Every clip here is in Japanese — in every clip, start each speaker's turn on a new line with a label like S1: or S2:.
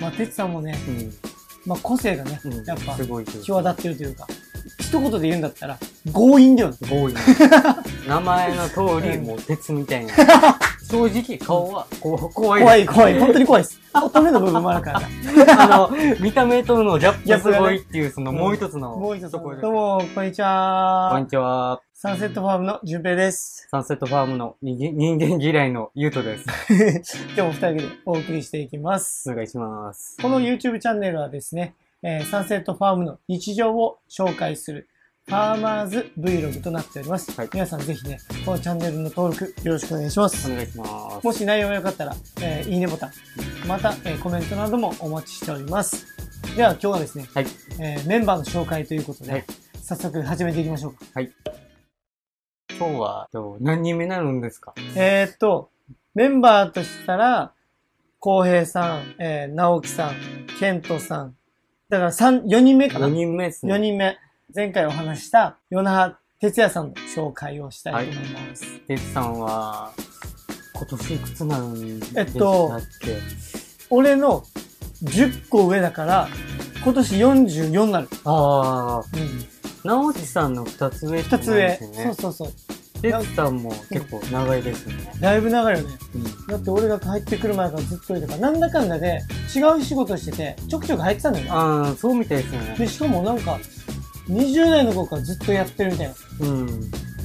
S1: まあ、哲さんもね、
S2: う
S1: まあ、個性がね、
S2: んうん
S1: やっぱ
S2: すごいすごい
S1: 際立ってるというか、一言で言うんだったら、強引だよね。
S2: 強 引名前の通りもう鉄みたいな 正直顔はこう怖い
S1: 怖い怖い、本当に怖いです。乙女の部分もある からね。
S2: あの見た目とのギャップすごいっていうその
S1: うん
S2: もう一つの
S1: もう一度
S2: と
S1: ど
S2: ころで
S1: うも、こんにち
S2: こん
S1: は
S2: に。ちは
S1: サンセットファームの淳平です。
S2: サンセットファームの人間人間嫌いのゆうとです
S1: 今日も二人でお送りしていきます。
S2: お願いします
S1: この YouTube チャンネルはですね、えーサンセットファームの日常を紹介するファーマーズ Vlog となっております。
S2: はい
S1: 皆さんぜひね、このチャンネルの登録よろしくお願いします
S2: お。願いします
S1: もし内容が良かったら、えーいいねボタン、また、えーコメントなどもお待ちしております。では今日はですね、
S2: はい
S1: えーメンバーの紹介ということで、
S2: はい
S1: 早速始めていきましょうか。
S2: 今日は今日何人目になるんですか
S1: えーっと、メンバーとしたら、浩平さん、えー、直樹さん、健人さん、だから三4人目かな
S2: 4人目ですね
S1: 4人目。前回お話しした、与那覇哲也さんの紹介をしたいと思います。
S2: てつさんは、今年いくつなんでしたっけ、
S1: えっと俺の10個上だから、今年44になる。う
S2: ああ、
S1: ん。
S2: 直樹さんの2つ上っ
S1: 2
S2: てこ
S1: つ
S2: となんで
S1: 上。
S2: すよ
S1: そう
S2: ね。
S1: そうそう。
S2: てつさんも結構長いですよね。
S1: だいぶ長いよね。
S2: うん。
S1: だって俺が入ってくる前からずっといるから、なんだかんだで違う仕事してて、ちょくちょく入ってたんだよね。
S2: ああ、そうみたいですよね。
S1: で、しかもなんか、20代の頃からずっとやってるみたいな。
S2: うん。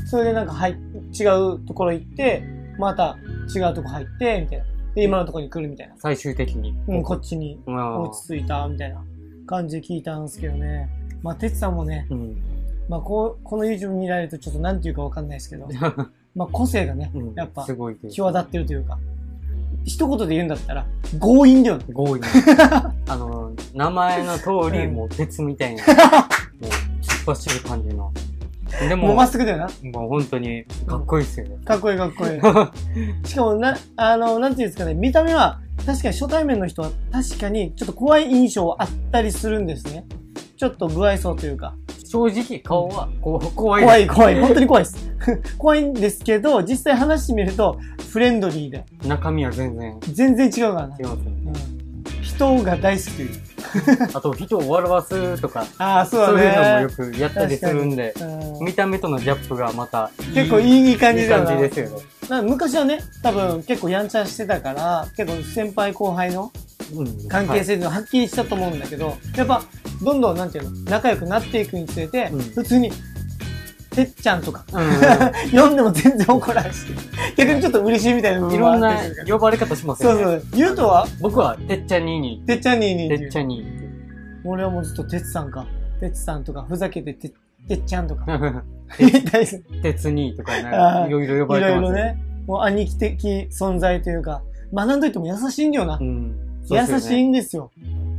S1: それでなんか入っ、違うところ行って、また違うとこ入って、みたいな。で、今のところに来るみたいな。
S2: 最終的に。
S1: うん、こっちに
S2: まあ、
S1: 落ち着いた、みたいな感じで聞いたんですけどね。まあ、てつさんもね、
S2: うん。
S1: まあ、こう、この YouTube 見られるとちょっとなんていうかわかんないですけど、まあ、個性がね、やっぱ
S2: す、ごいです。
S1: 際立ってるというか、一言で言うんだったら、強引だよね。
S2: 強引。あの、名前の通り、
S1: うん
S2: もう鉄みた いな、もう突っ走る感じの。で
S1: もう
S2: も、
S1: ま
S2: も
S1: っすぐだよな。
S2: う本当にかっこいいですよね。
S1: かっこいいかっこい い。しかも、な、あの、なんていうんですかね、見た目は、確かに初対面の人は確かにちょっと怖い印象はあったりするんですね。ちょっと不愛想というか、
S2: 正直顔はこう怖い
S1: 怖い怖い、本当に怖いです。 怖いんですけど、実際話してみると、フレンドリーで、
S2: 中身は全然
S1: 全然違うからな
S2: 違。うんですよ
S1: う
S2: ね
S1: ん人が大好きという。
S2: あと人を笑わすとか
S1: ああ、そ
S2: そう
S1: う
S2: いうのも
S1: だ
S2: よ
S1: ね。
S2: くやったりするんで
S1: うん
S2: 見た目とのギャップがまた
S1: 結構いい感じだよない
S2: い感じですよね
S1: なんか昔はね、多分結構やんちゃしてたから、結構先輩後輩の
S2: うん
S1: 関係性っていうのははっきりしたと思うんだけど、やっぱ、どんどん、なんていうの、仲良くなっていくにつれて、
S2: うん
S1: 普通に、てっちゃんとか、
S2: はい
S1: 呼んでも全然怒らんし、逆にちょっと嬉しいみたいな
S2: う
S1: 部
S2: んい
S1: 分
S2: ろん
S1: もあっ
S2: な
S1: たりするから
S2: 呼ばれ方します
S1: そ
S2: よ
S1: うそ
S2: ね
S1: う。ゆうとは、
S2: 僕はてっちゃんにに
S1: てっちゃんにーにーっててい
S2: っ
S1: う
S2: ちゃんにっていう
S1: 俺はもうずっとてつさんか、てつさんとか、ふざけてて、てっちゃんとか、言
S2: て
S1: いたいですい
S2: 鉄にとかなん
S1: あ
S2: か
S1: ー
S2: いろいろ呼ば
S1: ろ
S2: れて
S1: い
S2: ます
S1: ろね、もう兄貴的存在というか、学んどいても優しいんだよな
S2: う。んそうです
S1: 優
S2: よね
S1: しいんですよ。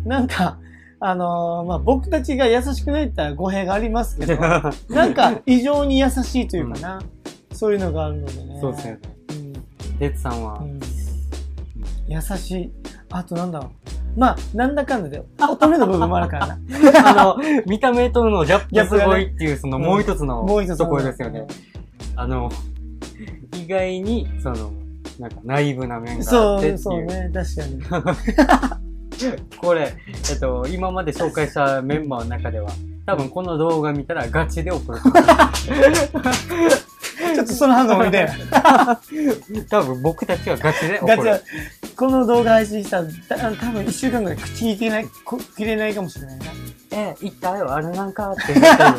S1: なんか、あのーまあ、僕たちが優しくないって言ったら語弊があります けど、なんか異常に優しいというかな、そういうのがあるのでね。
S2: そうですよね
S1: うん。
S2: てつさ んは
S1: うん優しい。あとなんだろう。まあ、なんだかんだで、乙女の部分もあるから な。
S2: あの、見た目とのギャップすごいっていう、その、
S1: うん
S2: もう一つの
S1: もう一つ
S2: ところですよね。。あの、意外に、その、なんか内部な面があっ
S1: そ
S2: て
S1: う、
S2: って
S1: そう
S2: いう。
S1: ね。確かに。
S2: これ、えっと、今まで紹介したメンバーの中では、多分この動画見たらガチ で怒ると思
S1: ちょっとその反応も 見たいな。
S2: う。多分僕たちはガチで怒
S1: ガチ
S2: る
S1: ャ。、この動画配信したら、た多分一週間ぐらい口にいけない、こ切れないかもしれないな。
S2: え、一体あれなんかって言ったの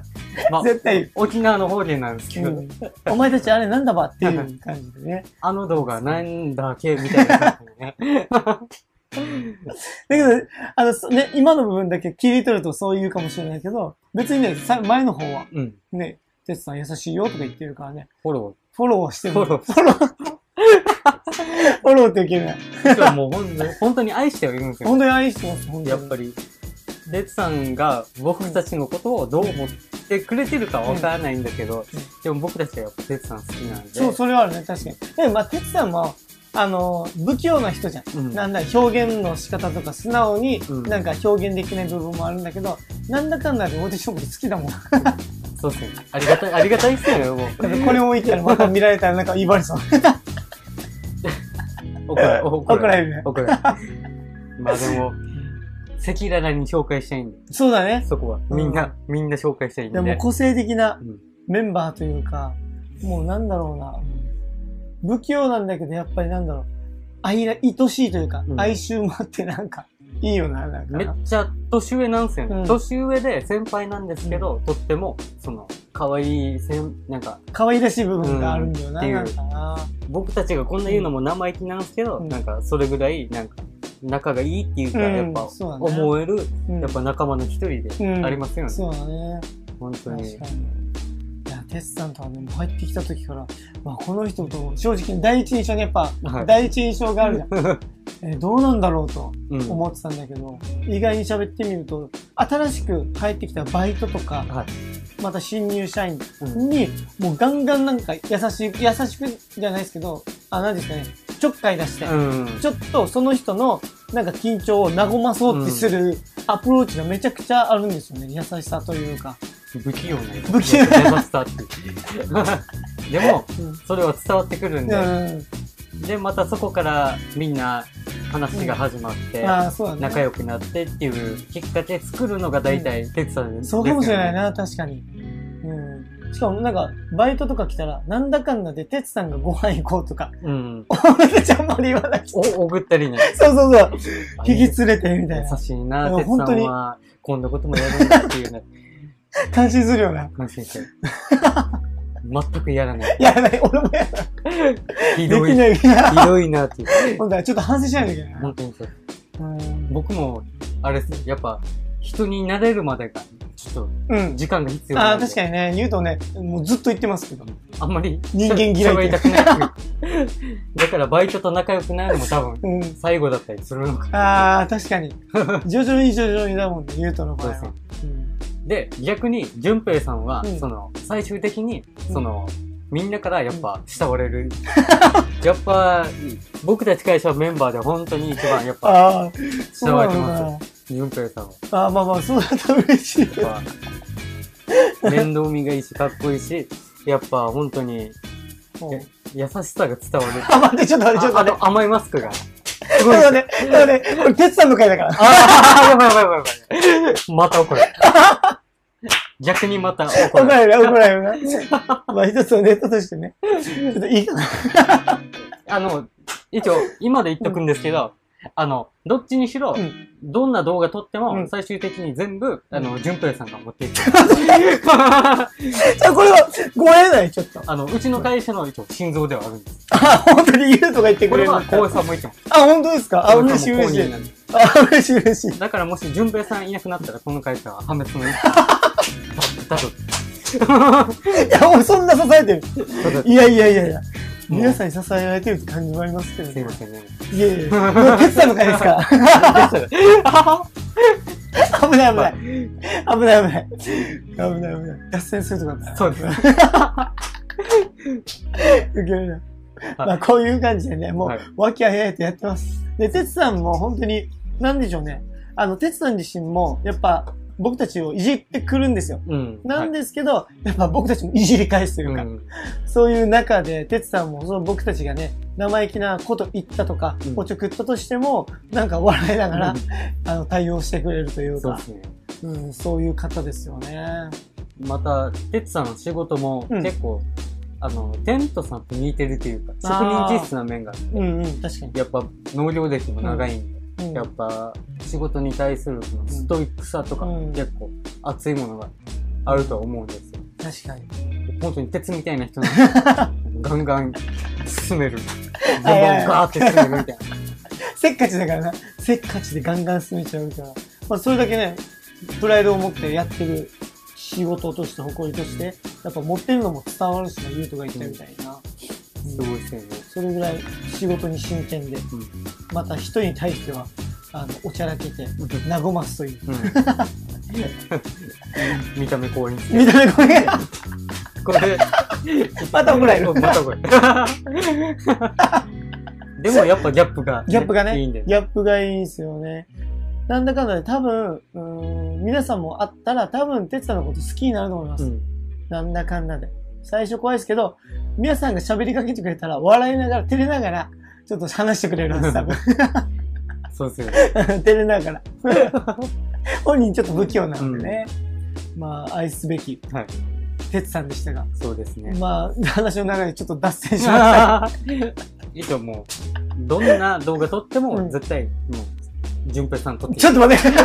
S2: まあ
S1: 絶対言う
S2: 沖縄の方言なんですけ
S1: う
S2: ど、
S1: んお前たちあれなんだばっていう感じで ね。
S2: あの動画なんだっけみたいな感じでね。
S1: だけど、あの、そね、今の部分だけ切り取るとそう言うかもしれないけど、別にね、さ前の方は、
S2: うん。
S1: ね、てつさん優しいよとか言ってるからね、
S2: フォロ
S1: フォローしてる。
S2: フォロ ー
S1: フォロー。フォローっていけない。
S2: ー。今日もうほん本当に愛してはいるんですよ。
S1: 本当に愛してます、本当に。
S2: やっぱ
S1: り。
S2: り、レッツさんが僕たちのことをどう思ってくれてるかわからないんだけど、
S1: うん
S2: でも僕たちはやっぱレッツさん好きなんで。
S1: そう、それはあるね、確かに。でも、まあ、てつさんも、あの、不器用な人じゃん。
S2: うん。
S1: なんだ、表現の仕方とか素直に
S2: うん
S1: なんか表現できない部分もあるんだけど、なんだかんだでオーディションも好きだ もん。だ
S2: そうっすね。ありがたい、ありがたいっすよね、もう。
S1: ってこれを置いたらまた見られたらなんか言われそう。
S2: 怒ら、怒
S1: 怒ら
S2: ら、
S1: れるね。
S2: 怒ら。まあでも、赤裸々に紹介したいんで、
S1: そうだね。
S2: そこは。みんな、みんな紹介したいん
S1: で
S2: で。
S1: も個性的な
S2: うん
S1: メンバーというか、もうなんだろうな。不器用なんだけど、やっぱりなんだろう。愛ら、愛しいというか、
S2: うん
S1: 哀愁もあってなんか、いいよな、なん
S2: めっ
S1: か。
S2: ちゃ年上なんですよね。
S1: うん
S2: 年上で先輩なんですけど、とっても、その、可愛い先、なんか、
S1: 可愛らしい部分があるんだよ
S2: うんっ
S1: な、
S2: ていう
S1: なんかな。
S2: 僕たちがこんな言うのも生意気なんですけど、
S1: うん
S2: なんか、それぐらい、なんか、仲がいいっていうか、
S1: うん
S2: やっぱ、
S1: そうだね
S2: 思える、
S1: うん
S2: やっぱ仲間の一人
S1: う
S2: で
S1: ん
S2: ありますよね。
S1: そうだね。
S2: 本当に
S1: 確。かに。いや、テスさんとはね、もう入ってきた時から、まあ、この人と、正直、第一印象にやっぱ、
S2: はい
S1: 第一印象があるじゃん。えーどうなんだろうと
S2: うん
S1: 思ってたんだけど、意外に喋ってみると、新しく入ってきたバイトとか、
S2: はい。
S1: また新入社員
S2: うん
S1: に、もうガンガンなんか優しい、優しくじゃないですけど、あ、何ですかね、ちょっかい出して、
S2: うん。
S1: ちょっとその人のなんか緊張を和まそうってするアプローチがめちゃくちゃあるんですよね。優しさというか。
S2: 不器用なやつ
S1: 不器用
S2: 優しさっていう。でも、それは伝わってくるん
S1: う
S2: で、
S1: ん。
S2: で、またそこからみんな話が始まって、
S1: ああ、そうだね。
S2: 仲良くなってっていうきっかけ作るのが大体、哲さんです
S1: そうかもしれない
S2: ね。
S1: な、確かに。うん。しかもなんか、バイトとか来たら、なんだかんだで、てつさんがご飯行こうとか、
S2: うん。
S1: 俺たちあんまり言わなくて。
S2: お、おぐったりね。
S1: そうそうそう。 引き連れて、みたい
S2: 優
S1: な。
S2: しい
S1: い
S2: な、
S1: や
S2: 哲
S1: 本
S2: さ
S1: 当
S2: ん
S1: に
S2: は。こんなこともやるんだっていうね、
S1: 感心するよな。
S2: 感 心してる。全くやらない。
S1: やらない、俺もやらない。
S2: ひ
S1: で
S2: どい、
S1: き
S2: ひ
S1: ない。
S2: どいなっていう。
S1: ほんとだ、ちょっと反省しないといけないな。
S2: 本当にそう。
S1: うん。
S2: 僕も、あれですやっぱ、人に慣れるまでが、ちょっと、
S1: うん。
S2: 時間が必要
S1: あ
S2: な
S1: あ、
S2: んで。
S1: 確かにね、言うとね、もうずっと言ってますけど。
S2: あんまり、
S1: 人間嫌いって
S2: 喋りたくない っていうだから、バイトと仲良くなるのも多分、
S1: うん。
S2: 最後だったりするのかな。
S1: ああ、確 かに。徐々に徐々にだもんね、言うとの場合
S2: そう
S1: は。うん
S2: で、逆に、淳平さんは、
S1: うん
S2: その、最終的に、
S1: うん
S2: その、みんなからやっぱ慕わ れる。やっぱ、僕たち会社メンバーで本当に一番やっぱ
S1: ああ、そう
S2: 慕
S1: な
S2: われ
S1: の
S2: てま
S1: か
S2: す。淳平さんは。
S1: な。ああ、まあまあ、そうだったら嬉しいけど。
S2: やっ ぱ、面倒見がいいし、かっこいいし、やっぱ本当に
S1: うん
S2: 優しさが伝わる。
S1: あ、待って、ちょっと待って、ちょっと
S2: あ
S1: 待
S2: あ
S1: って。
S2: の甘いマスクが。す
S1: ちょ
S2: ごい
S1: っ。と待って、ちょっと待って。これ、てつさんの回だから。
S2: ああ、やばいやばいやばいやばい。また 怒る。逆にまた
S1: 怒
S2: 怒る。
S1: られる、怒られるな。まあ、一つのネタとしてね。ちょっといいかな。
S2: あの、一応、今で言っとくんですけど、あの、どっちにしろ
S1: う、
S2: どんな動画撮って
S1: う
S2: も、
S1: ん
S2: 最終的に全部、あの、淳平さんが持っていって
S1: じゃあ、これは、ごめんない、ちょっと。
S2: あの、うちの会社の一応、心臓ではあるんです。
S1: あ、本当に言うとか言って
S2: こ
S1: くれ
S2: れ
S1: るんだ
S2: は、
S1: った
S2: 光栄
S1: ら。
S2: さんも言ってます。
S1: あ、本当ですかあ、嬉しい、
S2: 光栄さん
S1: 嬉し
S2: も公認
S1: い
S2: な。んで
S1: あ、嬉しい、嬉しい。
S2: だからもし、淳平さんいなくなったら、この会社は破滅の一歩。だと、
S1: いや、俺そんな支えてる。
S2: だと、
S1: いやいやいやいや。
S2: もう
S1: 皆さんに支えられてるって感じもありますけど
S2: すい
S1: ね
S2: ま。せんね。
S1: いやいやいや。もう、てつさんの回ですから。危ない危ない。危ない危ない。危ない危ない。脱線するとかだった。
S2: そうです。
S1: 受けるな。
S2: はい
S1: まあ、こういう感じでね、も、
S2: はいう
S1: 和気あいあいとやってます。で、てつさんも本当に、なんでしょうね。あの、てつさん自身も、やっぱ、僕たちをいじってくるんですよ。
S2: うん。
S1: なんですけど、やっぱ僕たちもいじり返すと
S2: て
S1: いうか、
S2: うん、
S1: そういう中で、てつさんも、その僕たちがね、生意気なこと言ったとか、
S2: うん
S1: おちょくったとしても、なんか笑いながら、
S2: うん
S1: あの、対応してくれるという
S2: そう
S1: か
S2: で、すね。
S1: うん、そういう方ですよね。
S2: また、てつさんの仕事も
S1: うん
S2: 結構、あの、テントさんと似てるというか、職
S1: あー
S2: 人気質な面があって、
S1: うんうん、確かに。
S2: やっぱ農業歴も長いんで、
S1: うん
S2: やっぱ仕事に対するそのストイックさとか、
S1: うん
S2: 結構熱いものがあるとは思うんですよ。
S1: 確かに。
S2: 本当に鉄みたいな人なん でガンガン進める。ボンボンガーって進めるみたいな。
S1: せっかちだからな。せっかちでガンガン進めちゃうから。まあ、それだけね、プライドを持ってやってる仕事として、誇りとして、やっぱ持ってるのも伝わるしな、ゆうとが言ったみたいな。
S2: すごいですよね。
S1: それぐらい仕事に真剣で、
S2: うん
S1: また人に対しては、あの、おちゃらけて、
S2: う
S1: 和ますという。
S2: ん見た目怖いんですけ
S1: 見た目これが、
S2: ど。これ、
S1: また怒られる。
S2: またこれ。 でもやっぱギャップが、
S1: ギャップがね、
S2: いいんだよね。
S1: ギャップがいいんですよね。なんだかんだで多分、うーん、皆さんもあったら多分、てつさんのこと好きになると思います。
S2: うん
S1: なんだかんだで。最初怖いですけど、皆さんが喋りかけてくれたら、笑いながら、照れながら、ちょっと話してくれるはず、多分。
S2: そうですよ。
S1: 照れながら。本人ちょっと不器用なんでね。まあ、愛すべき、
S2: はい。
S1: 哲さんでしたが。
S2: そうですね。
S1: まあ、話の流れちょっと脱線しました。
S2: いいともう、どんな動画撮って
S1: う
S2: も
S1: ん
S2: 絶対、もう、淳平さん撮っ て
S1: ちょっと待 って。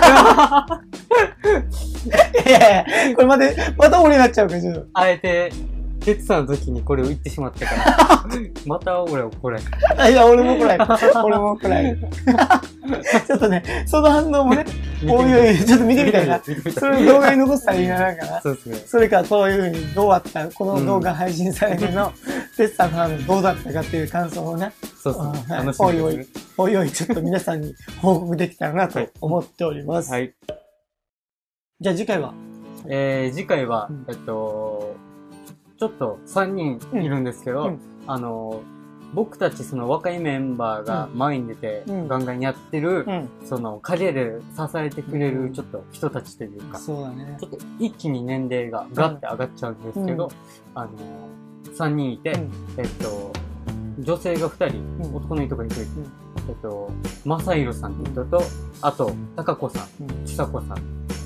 S1: いやいやこれまで、また俺になっちゃうから、ちょっと。
S2: あえて、哲さんの時にこれを言ってしまったから、 また俺怒られた。
S1: あいや、俺も暗い。 俺も暗い。 ちょっとね、その反応もね、おいおいちょっと見てみたいな
S2: 見てみた
S1: それを動画に残したらいいな、なんかな。
S2: そうですね。
S1: それからこういうふうにどうあった、この動画配信されての、テツさんの反応どうだったかっていう感想 をね、
S2: そうです
S1: う
S2: ね。
S1: ん
S2: 楽しみですね
S1: おいおいおいおいちょっと皆さんに報告できたらなと思っております。
S2: はい。
S1: じゃあ次回は、
S2: えー、次回は
S1: うん、
S2: えっと、ちょっと3人いるんですけど、
S1: うんうん
S2: あの、僕たちその若いメンバーが前に出て、
S1: うん
S2: ガンガンやってる、
S1: ん、
S2: その影で支えてくれ
S1: う
S2: る
S1: ん
S2: ちょっと人たちというか、
S1: そうだね
S2: ち。ょっと一気に年齢がガッて上がっちゃうんですけど、
S1: うん
S2: あの、3人いて、
S1: うん
S2: えっと、女性が2人、
S1: うん
S2: 男の人が1人、
S1: ん
S2: えっと、まさひろさんって人と、あと、たかこさ
S1: うん
S2: ん、ちさこさん。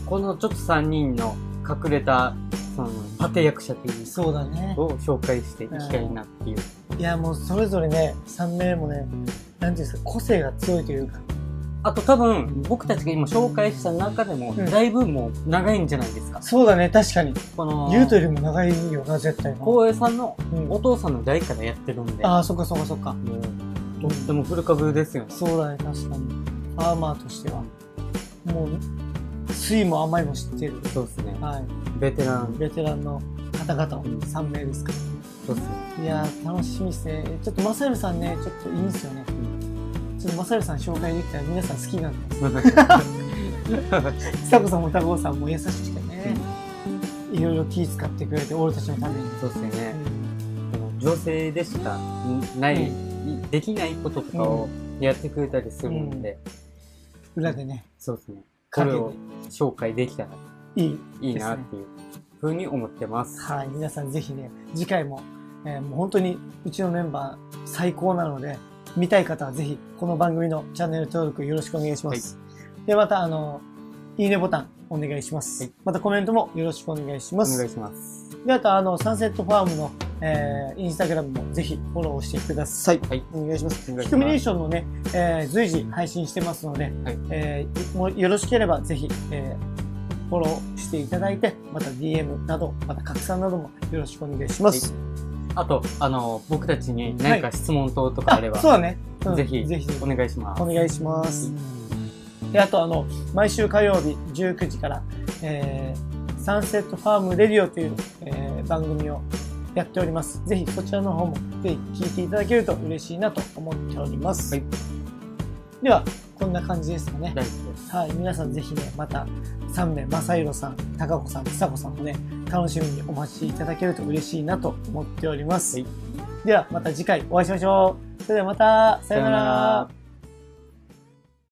S2: このちょっと3人の隠れた、その、パテ役者という人
S1: そうだね。
S2: を紹介していきたいなっていう。
S1: いや、もうそれぞれね、3名もね、なんていうんですか、個性が強いというか、
S2: あと多分、僕たちが今紹介した中でも、
S1: うん
S2: だいぶもう長いんじゃないですか。
S1: そうだね、確かに。
S2: この、
S1: 言うとよりも長いよな、絶対な。
S2: 光栄さんの
S1: うん
S2: お父さんの代からやってるんで、
S1: ああ、そっかそっかそっか。
S2: もう、とっても古株ですよね。
S1: そうだね、確かに。アーマーとしては。もう、酸いも甘いも知ってる。
S2: そうですね。
S1: はい。
S2: ベテラン。
S1: ベテランの方々を3名ですか
S2: そうですね。
S1: いやー、楽しみですね。ちょっとマサルさんね、ちょっといいんですよね。ちょっとマサルさん紹介できたら皆さん好きなんで。ちさ子さんもタコさんも優しくてね、いろいろ気使ってくれて、俺たちのために。
S2: そうですよね。この女性でしかない、できないこととかをやってくれたりするんで、
S1: 裏でね、
S2: そうですね。こ
S1: 陰
S2: れ
S1: で
S2: を紹介できたら
S1: いい。
S2: いいなっていうふうに思ってます。
S1: はい、皆さんぜひね、次回も、えーもう本当にうちのメンバー最高なので、見たい方はぜひこの番組のチャンネル登録よろしくお願いします。で、またあの、いいねボタンお願いします。
S2: はい
S1: またコメントもよろしくお願いしま
S2: お
S1: す。
S2: 願いします。
S1: で、あとあの、サンセットファームの、えーインスタグラムもぜひフォローしてください。
S2: はい。
S1: お願いします。
S2: お願い
S1: ヒ
S2: し
S1: ク
S2: ます
S1: ミネーションのね、えー随時配信してますので、
S2: はい
S1: えーもうよろしければぜひ、えーフォローしていただいて、また DM など、また拡散などもよろしくお願いします。
S2: あと、あの、僕たちに何か質問等とかあれば、
S1: あ そうだね。うん
S2: ぜひ
S1: ぜひ、
S2: お願いします。
S1: お願いします。で、あとあの、毎週火曜日19時から、えーサンセットファームレディオという、えー番組をやっております。ぜひそちらの方もぜひ聞いていただけると嬉しいなと思っております。
S2: はい
S1: では、こんな感じですかね。
S2: 大丈夫です。
S1: はい、皆さんぜひね、また3名、正宏さん、高子さん、ちさ子さんもね、楽しみにお待ちいただけると嬉しいなと思っております。
S2: はい
S1: では、また次回お会いしましょう。それではまた、さような
S2: さような
S1: ら
S2: ら。